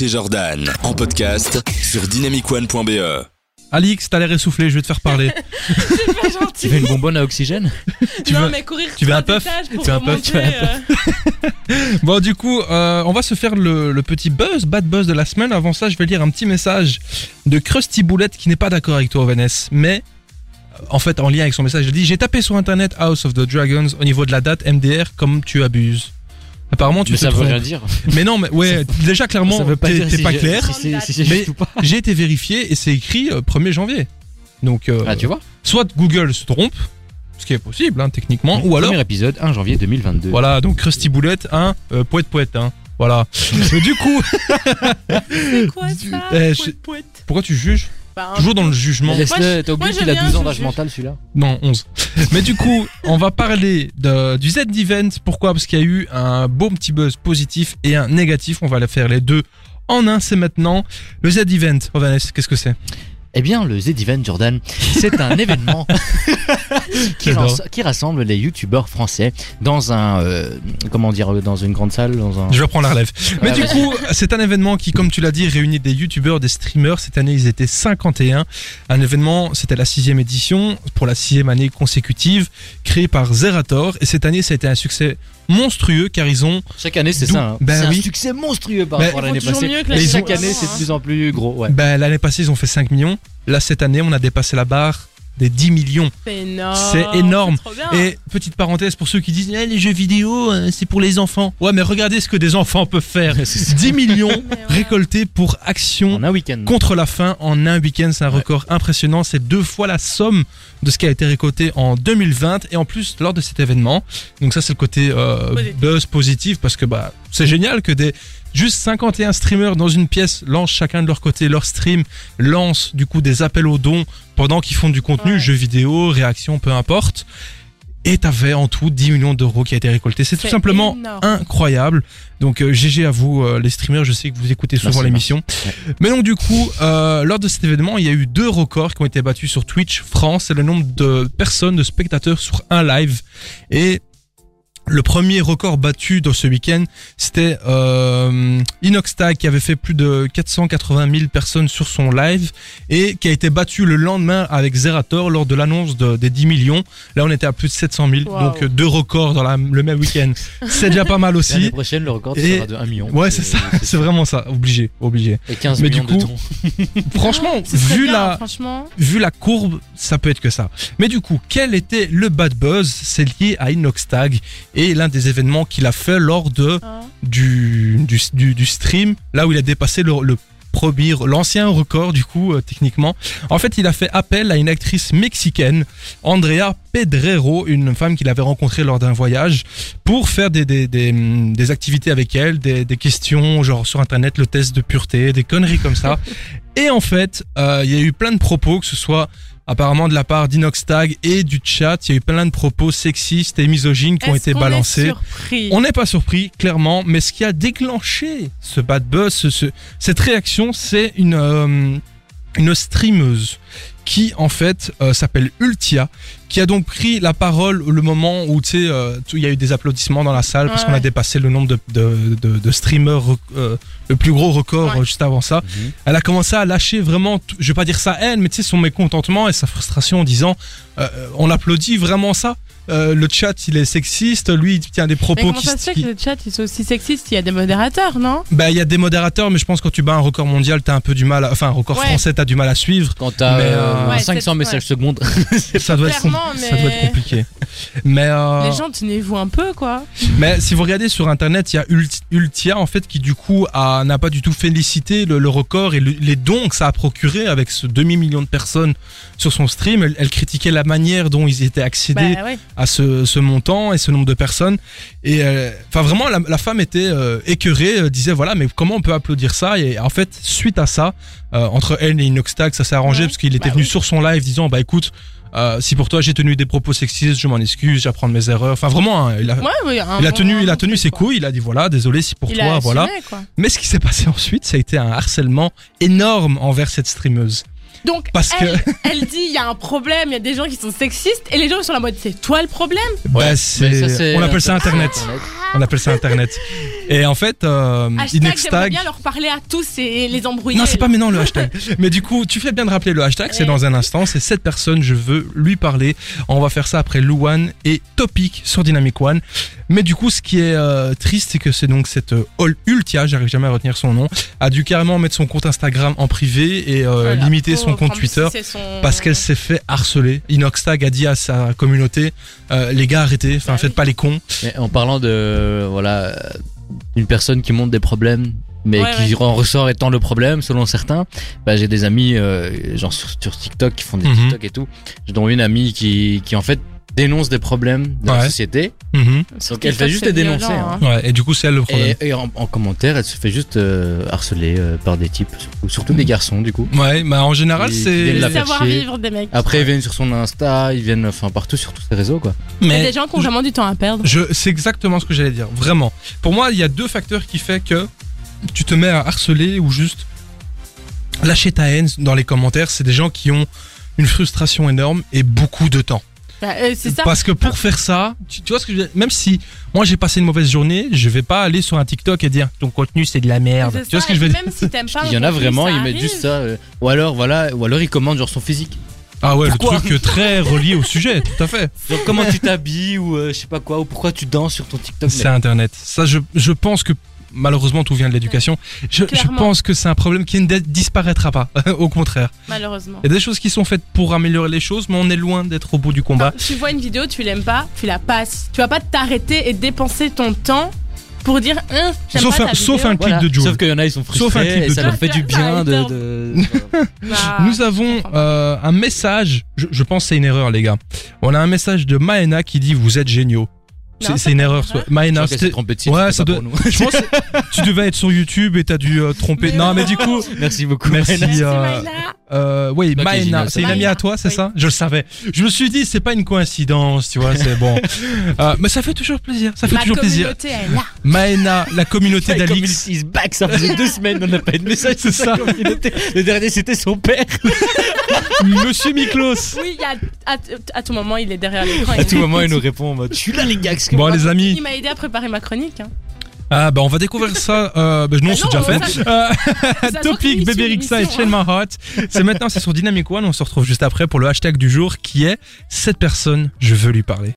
et Jordan. En podcast sur dynamicone.be. Alix, t'as l'air essoufflé, je vais te faire parler. C'est pas Tu fais gentil. une bonbonne à oxygène tu non, veux- mais courir tu veux un trois puff étages pour Tu veux un puff, remonter, tu veux un euh, Bon, du coup, euh, on va se faire le, le petit buzz, bad buzz de la semaine. Avant ça, je vais lire un petit message de Krusty Boulette qui n'est pas d'accord avec toi, Vanessa, mais euh, en fait, en lien avec son message, il dit J'ai tapé sur internet House of the Dragons au niveau de la date MDR comme tu abuses. Apparemment, tu Mais te ça veut trompes. rien dire. Mais non, mais ouais, déjà, clairement, ça veut pas t'es dire t'es si pas j'ai- clair. Si c'est si c'est Mais- juste ou pas. J'ai été vérifié et c'est écrit euh, 1er janvier. Donc, euh, Ah, tu vois soit Google se trompe, ce qui est possible, hein, techniquement, ou alors. Premier épisode, 1 janvier 2022. Voilà, donc Krusty Boulette, hein, euh, poète poète, hein. Voilà. Mais du coup, C'est euh, quoi ça Eh, je- Pouet, pouet. pourquoi tu juges Bah, Toujours dans le jugement. Moi, je- Laisse-le, t'as oublié moi, je qu'il a viens, 12 ans je d'âge juge. mental celui-là. Non, 11. Mais du coup, on va parler de- du Z-Event. Pourquoi Parce qu'il y a eu un beau petit buzz positif et un négatif. On va la faire les deux en un, c'est maintenant. Le Z-Event, oh, Vanessa, qu'est-ce que c'est Eh bien, le Z-Event, Jordan, c'est un événement qui, J'adore. rass- qui rassemble les youtubeurs français dans un. euh, comment dire euh, Dans une grande salle dans un... Je vais prendre la relève. Ah, Mais Ouais, du vas-y. coup, c'est un événement qui, comme tu l'as dit, réunit des youtubeurs, des streamers. Cette année, ils étaient 51. Un événement, c'était la sixième édition, pour la sixième année consécutive, créé par Zerator. Et cette année, ça a été un succès monstrueux, car ils ont... Chaque année, c'est D'où- ça. hein. Ben c'est oui. un succès monstrueux par Ben- rapport à Ils l'année font toujours passée. mieux que la Et saison chaque d'avant, année, c'est de hein. plus en plus gros. Ouais. Ben, L'année passée, ils ont fait 5 millions. Là, cette année, on a dépassé la barre des 10 millions. C'est énorme. C'est énorme. trop bien. Et petite parenthèse pour ceux qui disent Eh, les jeux vidéo, euh, c'est pour les enfants. Ouais, mais regardez ce que des enfants peuvent faire. C'est ça. 10 millions Mais ouais. récoltés pour Action En un Mm. week-end. contre la fin en un week-end. C'est un record impressionnant. C'est deux fois la somme de ce qui a été récolté en 2020 et en plus lors de cet événement. Donc ça, c'est le côté euh, Positif. Mm. buzz positif parce que bah c'est génial que des juste 51 streamers dans une pièce lancent chacun de leur côté leur stream, lancent du coup des appels aux dons pendant qu'ils font du contenu, Ouais. jeux vidéo, réactions, peu importe. Et t'avais en tout 10 millions d'euros qui a été récolté. C'est tout C'est simplement énorme. incroyable. Donc euh, GG à vous euh, les streamers, je sais que vous écoutez souvent Merci, l'émission. merci. Mais donc du coup, euh, lors de cet événement, il y a eu deux records qui ont été battus sur Twitch France, c'est le nombre de personnes, de spectateurs sur un live. Et le premier record battu dans ce week-end, c'était euh, Inoxtag qui avait fait plus de 480 000 personnes sur son live et qui a été battu le lendemain avec Zerator lors de l'annonce de- des 10 millions. Là, on était à plus de 700 000, Wow. donc euh, deux records dans la- le même week-end. C'est déjà pas mal L'année aussi. prochaine, le record Et- sera de 1 million. Ouais, c'est ça, c'est vraiment ça, obligé, obligé. Et 15 Mais du millions de coup, dons. Franchement, Ah, Ce serait vu bien, la, Franchement, vu la courbe, ça peut être que ça. Mais du coup, quel était le bad buzz C'est lié à Inoxtag et l'un des événements qu'il a fait lors de hein. du, du, du- du stream, là où il a dépassé le, le premier, l'ancien record du coup euh, techniquement. En fait, il a fait appel à une actrice mexicaine, Andrea Pedrero, une femme qu'il avait rencontrée lors d'un voyage, pour faire des, des, des, hum, des activités avec elle, des, des questions genre sur Internet, le test de pureté, des conneries comme ça. Et en fait, euh, il y a eu plein de propos, que ce soit apparemment de la part d'Inoxtag et du chat, il y a eu plein de propos sexistes et misogynes qui ont Est-ce été qu'on est balancés. surpris On n'est pas surpris, clairement, mais ce qui a déclenché ce bad buzz, ce- ce- cette réaction, c'est une, euh, une streameuse qui, en fait, euh, s'appelle Ultia, qui a donc pris la parole le moment où, tu sais, euh, tout- il y a eu des applaudissements dans la salle parce Ouais, qu'on a ouais. dépassé le nombre de, de, de- de streamers, rec- euh, le plus gros record Ouais. euh, juste avant ça. Elle a commencé à lâcher vraiment, tout- je vais pas dire sa haine, mais tu sais, son mécontentement et sa frustration en disant euh, On applaudit vraiment ça Euh, Le chat, il est sexiste, lui, il tient des Mais propos comment qui. ça se fait qui- que le chat ils sont aussi sexistes Il y a des modérateurs, non Bah, il y a des modérateurs, mais je pense que quand tu bats un record mondial, t'as un peu du mal, à- enfin, un record Ouais. français, t'as du mal à suivre. Quand t'as Mais, euh, euh, Ouais, 500 c'est- messages secondes, Ça doit, être, com- Clairement, ça doit être mais- compliqué. Mais, euh, Les gens, tenez-vous un peu, quoi. mais si vous regardez sur internet, il y a Ult- Ultia, en fait, qui du coup a- n'a pas du tout félicité le, le record et le- les dons que ça a procuré avec ce demi-million de personnes sur son stream. Elle, elle critiquait la manière dont ils étaient accédés. Bah ouais. à ce, ce montant et ce nombre de personnes. Et euh, enfin vraiment, la, la femme était euh, écœurée, euh, disait voilà, mais comment on peut applaudir ça Et en fait, suite à ça, euh, entre elle et Inoxtag, ça s'est arrangé Ouais. parce qu'il était Bah venu oui. sur son live disant bah écoute, euh, si pour toi j'ai tenu des propos sexistes, je m'en excuse, j'apprends de mes erreurs. Enfin vraiment, hein, il a, Ouais, ouais, un il a bon- tenu, il un a bon tenu truc, ses quoi. couilles. Il a dit voilà, désolé si pour Il toi, a voilà. assumé, quoi. Mais ce qui s'est passé ensuite, ça a été un harcèlement énorme envers cette streameuse. Donc, Parce elle, que- elle dit il y a un problème, il y a des gens qui sont sexistes, et les gens ils sont la mode c'est toi le problème Bah, mais c'est- ça, c'est- on appelle ça Internet. On appelle ça Internet. Et en fait, euh, Hashtag, j'aimerais Inextag. bien leur parler à tous et les embrouiller. Non, c'est pas maintenant le hashtag. Mais du coup, tu fais bien de rappeler le hashtag, c'est Ouais. dans un instant. C'est cette personne, je veux lui parler. On va faire ça après Luan et Topic sur Dynamic One. Mais du coup, ce qui est euh, triste, c'est que c'est donc cette euh, Ol- Ultia, j'arrive jamais à retenir son nom, a dû carrément mettre son compte Instagram en privé et euh, Voilà. limiter Faut son compte prendre Twitter. si c'est son- Parce qu'elle s'est fait harceler. Inoxtag a dit à sa communauté euh, les gars, arrêtez, enfin, Bah faites oui. pas les cons. Mais en parlant de euh, voilà euh, une personne qui monte des problèmes mais Ouais, qui ouais. en ressort étant le problème selon certains bah, j'ai des amis euh, genre sur, sur TikTok qui font des Mhm. TikTok et tout dont une amie qui, qui en fait dénonce des problèmes de la Ouais. société Mhm. Sur Donc, elle TikTok, fait juste c'est les dénoncer, violent, hein. Ouais, et du coup, c'est elle le problème. et, et en, en commentaire elle se fait juste euh, harceler euh, par des types surtout, surtout des garçons du coup Ouais, bah en général, Il- il est c'est. de la Le savoir-vivre chercher. des mecs. après ils viennent sur son Insta ils viennent enfin partout sur tous ces réseaux quoi Il y a des gens qui ont vraiment du temps à perdre. Je, c'est exactement ce que j'allais dire, vraiment. Pour moi, il y a deux facteurs qui fait que tu te mets à harceler ou juste lâcher ta haine dans les commentaires. C'est des gens qui ont une frustration énorme et beaucoup de temps. Bah, euh, c'est ça. Parce que pour faire ça, tu, tu vois ce que je veux dire Même si moi j'ai passé une mauvaise journée, je vais pas aller sur un TikTok et dire ton contenu c'est de la merde. C'est Tu vois ça, ce que et je veux puis dire Même si t'aimes pas il le y en a contenu, vraiment ça ils mettent arrive. juste ça euh, ou alors voilà ou alors ils commandent genre son physique Ah ouais, Pourquoi le truc très relié au sujet, tout à fait. Genre comment tu t'habilles ou euh, je sais pas quoi ou pourquoi tu danses sur ton TikTok. C'est Internet. Ça, je, je pense que malheureusement tout vient de l'éducation. Je, je Clairement. pense que c'est un problème qui ne disparaîtra pas, au contraire. Malheureusement. Il y a des choses qui sont faites pour améliorer les choses, mais on est loin d'être au bout du combat. Enfin, tu vois une vidéo, tu l'aimes pas, tu la passes. Tu vas pas t'arrêter et dépenser ton temps pour dire Hein, j'aime Sauf pas un- ta sauf vidéo. un- clip de Jul. Sauf qu'il y en a ils sont frustrés Sauf un clip et de ça Jul. leur fait du bien de. de- Bah, Nous avons euh, un message, je, je pense que c'est une erreur les gars. On a un message de Maena qui dit vous êtes géniaux. C'est Non, c'est une erreur. erreur. soit- Maena, Genre qu'elle s'est c'était- trompée de site, Ouais, c'était ça pas doit- pour nous. je pense que tu devais être sur YouTube et t'as dû euh, tromper. Mais non non. mais du coup, Merci beaucoup. Merci. Maëna. Merci, euh, Maïla. euh, oui Toi qui es Maena, génial, c'est une Maëna, amie à toi, c'est oui. ça Je le savais. Je me suis dit c'est pas une coïncidence, tu vois, c'est bon. Euh, mais ça fait toujours plaisir, ça fait Ma toujours plaisir. communauté est là. Maena, la communauté Comme il d'Alix. se back, ça faisait deux semaines, on n'a pas eu de message. C'est ça. Le dernier, c'était son père. Monsieur Miklos. Oui, il y a- à, à tout moment, il est derrière l'écran. À tout moment, il nous répond en mode Je suis là, les gars. Bon les amis, Il m'a aidé à préparer ma chronique. Hein. Ah bah on va découvrir ça. Euh, bah, non, Ah c'est déjà non, on fait. Euh, Ça se voit Topic, que l'émission, hein. Baby Rixa et l'émission, Chain My Heart. C'est maintenant, c'est sur Dynamic One. On se retrouve juste après pour le hashtag du jour qui est cette personne, je veux lui parler.